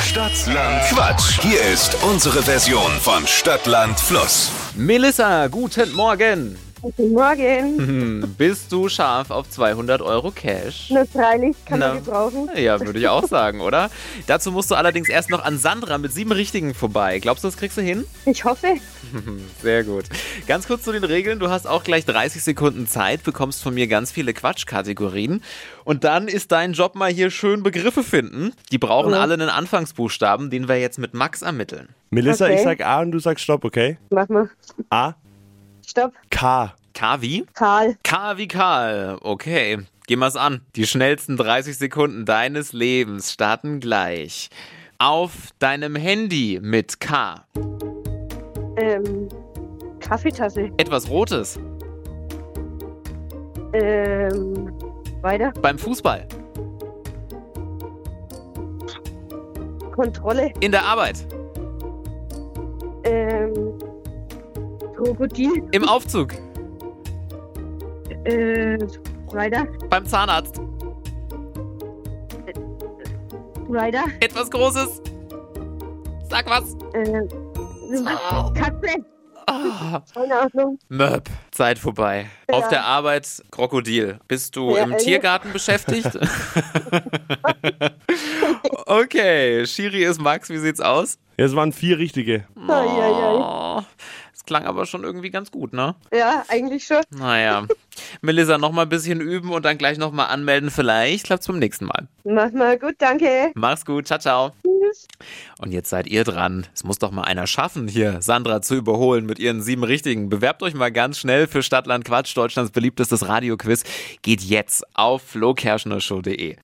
Stadtland Quatsch. Hier ist unsere Version von Stadtland Fluss. Melissa, guten Morgen. Guten Morgen. Hm, bist du scharf auf 200 Euro Cash? Na, freilich kann Na. Ah, man gebrauchen. Ja, würde ich auch sagen, oder? Dazu musst du allerdings erst noch an Sandra mit sieben Richtigen vorbei. Glaubst du, das kriegst du hin? Ich hoffe. Sehr gut. Ganz kurz zu den Regeln. Du hast auch gleich 30 Sekunden Zeit, bekommst von mir ganz viele Quatschkategorien. Und dann ist dein Job mal hier schön Begriffe finden. Die brauchen alle einen Anfangsbuchstaben, den wir jetzt mit Max ermitteln. Melissa, Okay. ich sag A und du sagst Stopp, okay? Mach mal. A, Stopp. K. K wie? Karl. K wie Karl. Okay, gehen wir's an. Die schnellsten 30 Sekunden deines Lebens starten gleich. Auf deinem Handy mit K. Ähm, Kaffeetasse. Etwas Rotes. Ähm, weiter. Beim Fußball. Kontrolle. In der Arbeit. Ähm, Krokodil. Im Aufzug. Äh, weiter. Beim Zahnarzt. Weiter. Etwas Großes. Sag was. Äh, Katze. Keine Ahnung. Möb. Ah, Zeit vorbei. Auf der Arbeit Krokodil. Bist du Ja, im äh, Tiergarten beschäftigt? okay, Shiri ist Max. Wie sieht's aus? Es waren vier richtige. Eieiei. Oh, das klang aber schon irgendwie ganz gut, ne? Ja, eigentlich schon. Naja. Melissa, nochmal ein bisschen üben und dann gleich nochmal anmelden. Vielleicht klappt's beim nächsten Mal. Mach mal gut, danke. Mach's gut. Ciao, ciao. Tschüss. Und jetzt seid ihr dran. Es muss doch mal einer schaffen, hier Sandra zu überholen mit ihren sieben Richtigen. Bewerbt euch mal ganz schnell für Stadtland Quatsch, Deutschlands beliebtestes Radioquiz. Geht jetzt auf flokerschnershow.de.